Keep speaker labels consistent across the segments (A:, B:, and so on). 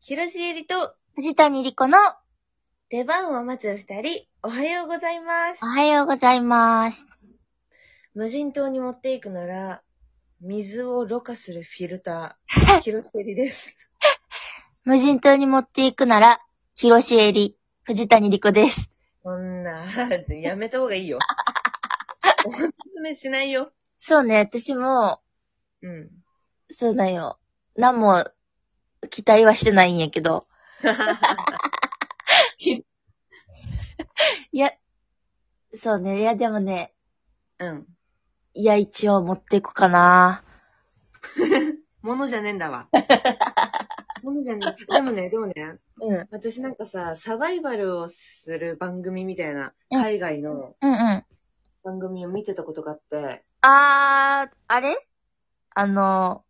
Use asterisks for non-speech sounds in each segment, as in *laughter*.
A: 広瀬えりと
B: 藤谷莉子の
A: 出番を待つ二人、おはようございます
B: お。はようございます。
A: 無人島に持っていくなら、水をろ過するフィルタ
B: *laughs*
A: ー、広瀬えりです。
B: 無人島に持っていくなら、広瀬えり、藤谷莉子です。
A: そんな、やめた方がいい
B: *laughs*
A: よ。おすすめしないよ。
B: そうね、私も、
A: うん。
B: そうなんよ。何も、期待はしてないんやけ *laughs* ど。いや、そうね、いやでもね、
A: うん。
B: いや一応持っていこうかな。
A: ものじゃねえんだ
B: *laughs*
A: わ。ものじゃねえ。でもね、でもね、
B: うん。うん
A: 私なんかさ、サバイバルをする番組みたいな、
B: うん
A: 海外の
B: うん。
A: 番組を見てたことがあって、
B: あー、あれあの、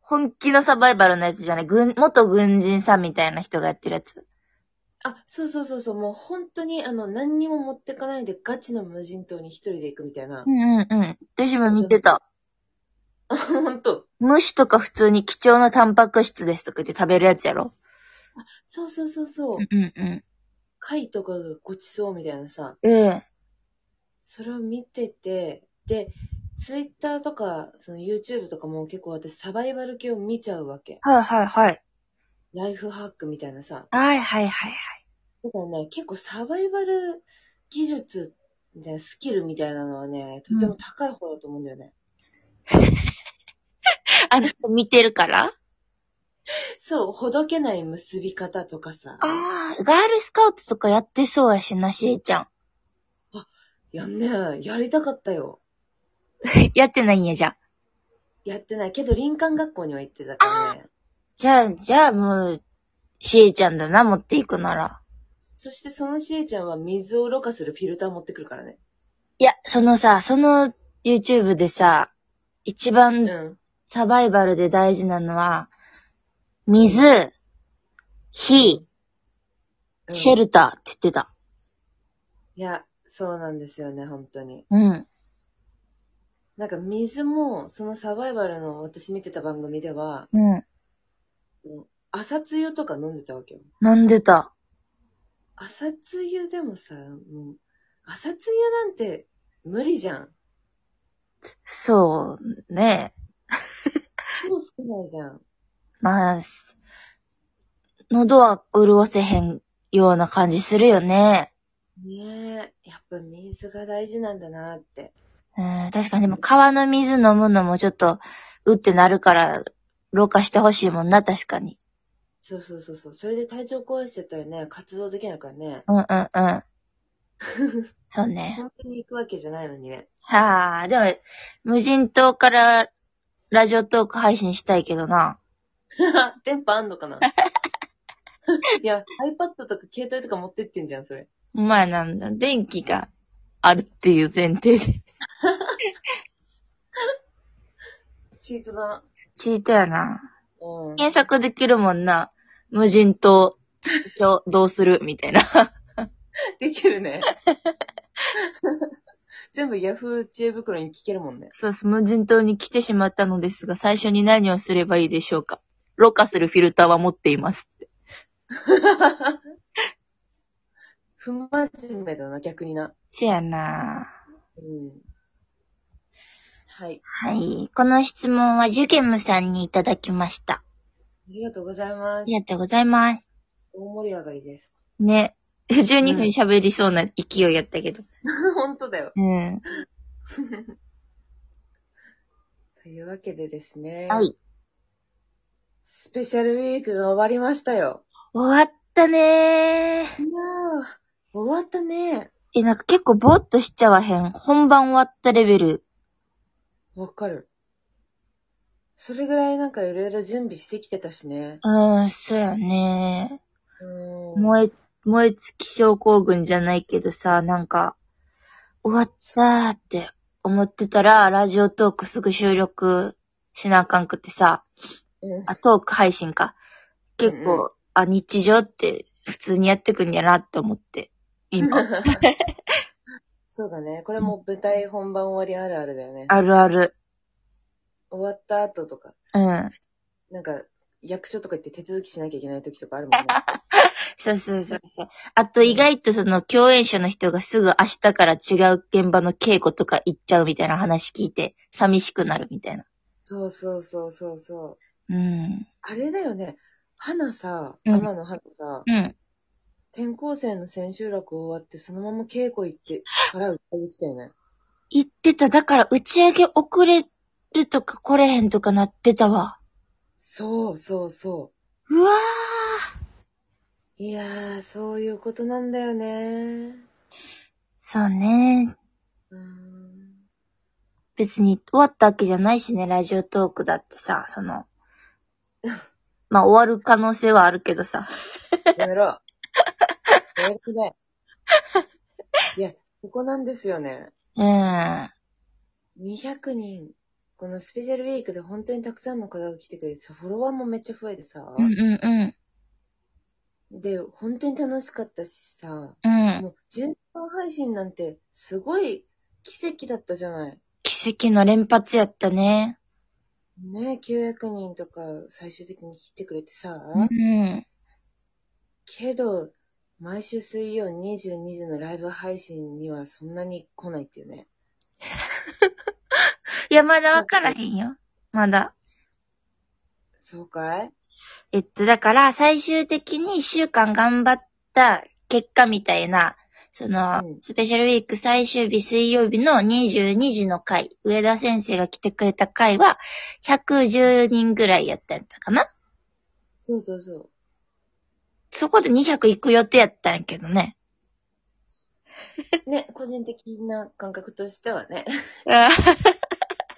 B: 本気のサバイバルのやつじゃない、軍、元軍人さんみたいな人がやってるやつ。
A: あ、そうそうそうそう、もう本当にあの、何にも持ってかないでガチの無人島に一人で行くみたいな
B: う。んうんうん。私も見てた。
A: あ、本当。
B: 虫とか普通に貴重なタンパク質ですとか言って食べるやつやろ
A: そうそうそうそう。
B: うんうん。
A: 貝とかがごちそうみたいなさ、
B: ええ。
A: それを見てて、で、ツイッターとか、その YouTube とかも結構私サバイバル系を見ちゃうわけ。
B: はいはいはい。
A: ライフハックみたいなさ。
B: はいはいはいはい。
A: だからね、結構サバイバル技術みたいな、スキルみたいなのはね、とても高い方だと思うんだよね。
B: あの、見てるから
A: そう、ほどけない結び方とかさ、
B: ああ、ガールスカウトとかやってそうやしな、しえちゃん。
A: やんねやりたかったよ。
B: やってないんや、じゃあ。
A: やってないけど、林間学校には行ってたからね。
B: じゃあ、じゃあもう、しえちゃんだな、持っていくなら。
A: そしてそのしえちゃんは水をろ過するフィルター持ってくるからね。
B: いや、そのさ、その YouTube でさ、一
A: う
B: 番
A: ん。
B: サバイバルで大事なのは、水、火、シェ
A: ル。
B: ルターって言ってた。
A: いや、そうなんですよね、本当に。
B: うん。
A: なんか水も、そのサバイバルの私見てた番組では、
B: うん。
A: 朝露とか飲んでたわけよ。
B: なんでた。
A: 朝露でもさ、もう、朝露なんて無理じゃん。
B: そう、ね。
A: 超少ないじゃん。
B: まあ、し喉は潤せへんような感じするよね。
A: ねえ、やっぱ水が大事なんだなって。
B: うん、確かにでも川の水飲むのもちょっと、うってなるから、老化してほしいもんな、確かに。
A: そうそうそうそう。それで体調壊しちゃったらね、活動できないからね。
B: うんうんうん。そうね。
A: 本当に行くわけじゃないのにね。 *laughs*
B: はあ、でも、無人島からラジオトーク配信したいけどな。
A: 電波あんのかないや、iPad とか携帯とか持ってってんじゃん、それ。
B: お前なんだ、電気があるっていう前提で。
A: チートだな。
B: チートやな。
A: うん。
B: 検索できるもんな。無人島、今日どうするみたいな。
A: できるね。 *laughs* 全部 Yahoo 知恵袋に聞けるもんね。
B: そうそう、無人島に来てしまったのですが、最初に何をすればいいでしょうか。ろ過するフィルターは持っていますって。
A: *laughs* 不真面目だな、逆にな。
B: せやな
A: うん。はい。
B: はい。この質問はジュゲムさんにいただきました。
A: ありがとうございま
B: あ
A: す。
B: りがとうございます。
A: 大盛り上がりです。 *laughs*
B: ね。12分喋りそうな勢いやったけど。
A: 本当だよ。
B: うん。
A: というわけでですね。
B: はい。
A: スペシャルウィークが終わりましたよ。
B: 終わった
A: い
B: ね
A: やー、終わったね。
B: え、なんか結構ぼーっとしちゃわへん。本番終わったレベル。
A: わかる。それぐらいなんかいろいろ準備してきてたしね。
B: うん、そうやね
A: うーん
B: 燃え、燃え尽き症候群じゃないけどさ、なんか、終わったーって思ってたら、ラジオトークすぐ収録しなあかんくてさ、
A: うん
B: あ、トーク配信か。結構、
A: うんう
B: あ、日常って普通にやってくんやなって思って、 *laughs* 今。
A: *laughs* そうだね。これも舞台本番終わりあるあるだよね。
B: あるある。
A: 終わった後とか、
B: うん。
A: なんか、役所とか行って手続きしなきゃいけない時とかある
B: *laughs*
A: もんね。
B: そうそうそうそう。あと意外とその共演者の人がすぐ明日から違う現場の稽古とか行っちゃうみたいな話聞いて、寂しくなるみたいな。
A: そうそうそうそうそう。
B: うん。
A: あれだよね。花さ、
B: うん
A: 天の花さ、
B: うん。
A: 転校生の千秋楽終わって、そのまま稽古行って、から歌いに来たよね。
B: 言ってた。だから打ち上げ遅れるとか来れへんとかなってたわ。
A: そうそうそう
B: わー。
A: う。いやー、そういうことなんだよね。
B: そうね。
A: うーん。
B: 別に終わったわけじゃないしね、ラジオトークだってさ、そ *laughs* の。まあ終わる可能性はあるけどさ。
A: や
B: *laughs*
A: めろ。やめてくれ。いや、ここなんですよね。
B: うん。
A: 200人。このスペシャルウィークで本当にたくさんの方が来てくれてさ、フォロワーもめっちゃ増えてさ、
B: うんうんうん。
A: で、本当に楽しかったしさ、
B: うん。
A: もう、純分配信なんて、すごい奇跡だったじゃない。
B: 奇跡の連発やったね。
A: ねえ、900人とか最終的に来てくれてさ、
B: うん。
A: けど、毎週水曜22時のライブ配信にはそんなに来ないっていうね。
B: いや、まだわからへんよ。まだ。
A: そうかい
B: えっと、だから、最終的に一週間頑張った結果みたいな、その、
A: うん
B: スペシャルウィーク最終日水曜日の22時の回、上田先生が来てくれた回は、110人ぐらいやったんやったかな
A: そうそうそう。
B: そこで200行く予定やったんやけどね。
A: ね、個人的な感覚としてはね。 *laughs*
B: う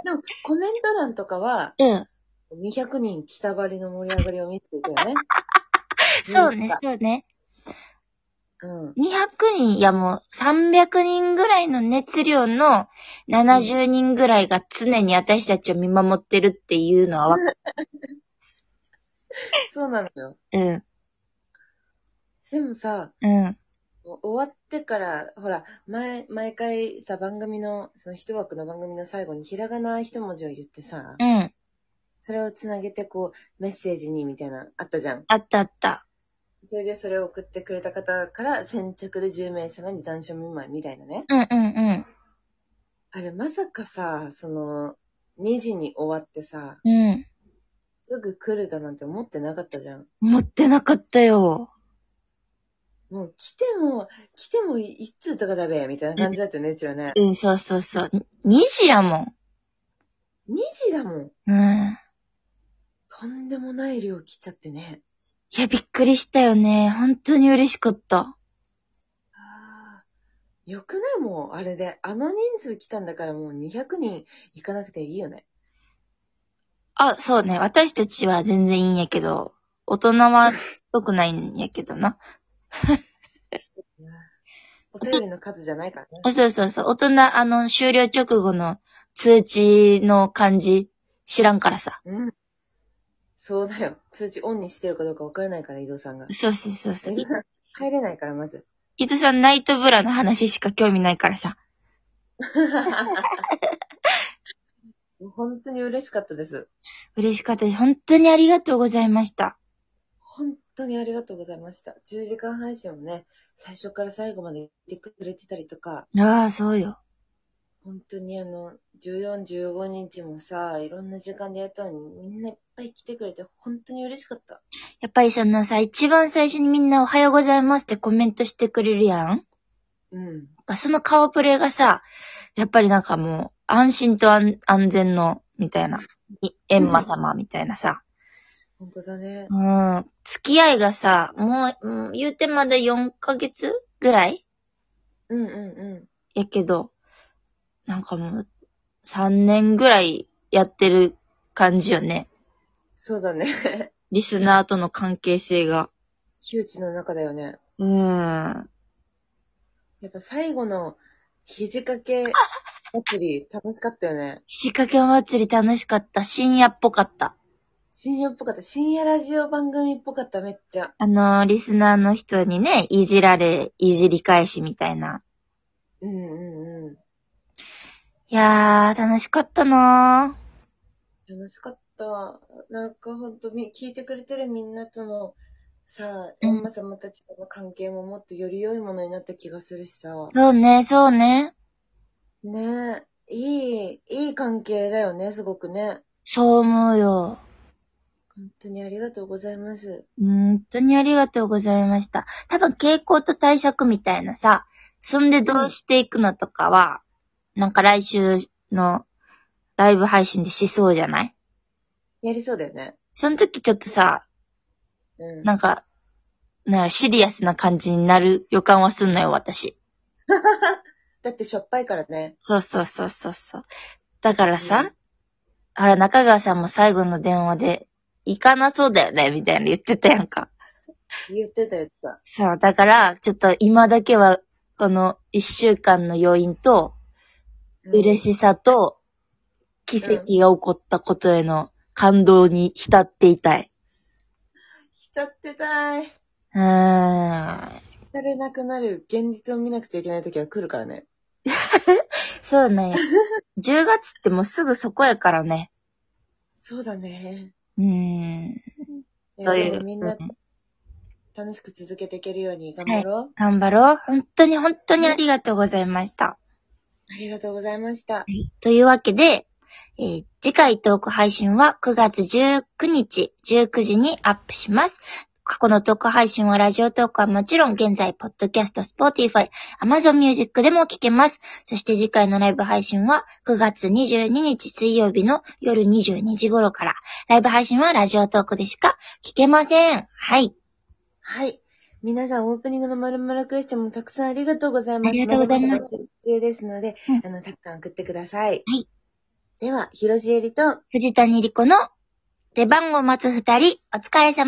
A: でも、コメント欄とかは、
B: ん。。
A: 200人来たばりの盛り上がりを見つけたよね
B: *laughs* そうね、そうね。
A: うん。
B: 200人、いやもう300人ぐらいの熱量の70人ぐらいが常に私たちを見守ってるっていうのはわか
A: そうなのよ。
B: る。
A: でもさ、
B: うん、うん、
A: 終わってから、ほら、前、毎回さ、番組の、その一枠の番組の最後にひらがな一文字を言ってさ、
B: うん。
A: それをつなげてこう、メッセージにみたいな、あったじゃん。
B: あったあった。
A: それでそれを送ってくれた方から先着で10名様に残暑見舞いみたいなね。
B: うん、うん、
A: あれ、まさかさ、その、2時に終わってさ、
B: うん。うん。
A: すぐ来るだなんて思ってなかったじゃん。
B: 持ってなかったよ。
A: もう来ても、来ても一通とかだべ、みたいな感じだったよね、うちはね。
B: うん、そうそうそう。2時やも
A: 2時だもん。
B: ん。うん。
A: とんでもない量来ちゃってね。
B: いや、びっくりしたよね。本当に嬉しかった。
A: あーよくないもう、あれで。あの人数来たんだからもう200人行かなくていいよね。
B: あ、そうね。私たちは全然いいんやけど、大人は良くないんやけどな。
A: お便りの数じゃないからね。
B: あそうそうそう。大人、あの、終了直後の通知の感じ、知らんからさ。
A: うん。そうだよ。通知オンにしてるかどうかわからないから、伊藤さんが。
B: そうそうそうそう。
A: 伊
B: い
A: 藤さん、 *laughs* 入れないから、まず。
B: 伊藤さん、ナイトブラの話しか興味ないからさ。
A: もう本当に嬉しかったです。
B: 嬉しかったです。本当にありがとうございました。
A: 本当にありがとうございました。10時間配信をね、最初から最後まで言ってくれてたりとか、
B: ああ、そうよ。
A: 本当にあの、14、15日もさ、いろんな時間でやったのに、みんないっぱい来てくれて、本当に嬉しかった。
B: やっぱりそのさ、一番最初にみんなおはようございますってコメントしてくれるやん
A: うん。
B: その顔プレイがさ、やっぱりなんかもう、安心と安安全の、みたいな、いエンマ様みたいなさ。
A: 本当だね。
B: うん。付き合いがさ、もう、うん、言うてまだ4ヶ月ぐらい
A: うんうんう
B: やけど、なんかもう、3年ぐらいやってる感じよね。
A: ん。そうだね。
B: リスナーとの関係性が。
A: 窮地の中だよね。
B: うん。
A: やっぱ最後の、肘掛け祭り、楽しかったよね。
B: 仕掛け祭り楽しかった。深夜っぽかった。
A: 深夜っぽかった。深夜ラジオ番組っぽかった、めっちゃ。
B: あのーリスナーの人にね、いじられ、いじり返しみたいな。
A: うんうんうん。
B: いやー、楽しかったなー。
A: 楽しかっった。なんかほんとみ、聞いてくれてるみんなとの、さ、
B: うん
A: エンマ様たちとの関係ももっとより良いものになった気がするしさ。
B: そうね、そうね。
A: ねえ、いい、いい関係だよね、すごくね。
B: そう思うよ。
A: 本当にありがとうございます。
B: 本当にありがとうございました。多分傾向と対策みたいなさ、そんでどうしていくのとかは、なんか来週のライブ配信でしそうじゃない
A: やりそうだよね。
B: その時ちょっとさ、
A: うん。
B: なんか、なんかシリアスな感じになる予感はすんのよ、私。
A: だってしょっぱいからね。
B: そうそうそうそうそう。だからさ、
A: うん
B: あら、中川さんも最後の電話で、行かなそうだよね、みたいな言ってたやんか。
A: 言ってた言ってた。
B: そう、だから、ちょっと今だけは、この一週間の余韻と、嬉
A: い。
B: しさと、奇跡が起こったことへの感動に浸っていたい。
A: 浸ってたい。
B: うーん。
A: 浸れなくなる現実を見なくちゃいけない時は来るからね。
B: そうね。10月ってもうすぐそこやからね。
A: そうだね。
B: うーん。
A: いや
B: そうい
A: で
B: う
A: もみん
B: う
A: なん楽しく続けていけるように頑張ろう。
B: 頑張ろう。本当に本当にありがとうございました。
A: ありがとうございました。
B: というわけで、えー次回トーク配信は9月19日19時にアップします。過去のトーク配信はラジオトークはもちろん現在、ポッドキャスト、スポーティファイ、アマゾンミュージックでも聞けます。そして次回のライブ配信は9月22日水曜日の夜22時頃から。ライブ配信はラジオトークでしか聞けません。はい。
A: はい。皆さん、オープニングのまるまるクエスチョンもたくさんありがとうございます。
B: ありがとうございます
A: だだ募集中ですので、
B: うん
A: あの、たくさん送ってください。
B: はい。
A: では、広ロシエリと、
B: 藤谷莉子の出番を待つ二人、お疲れ様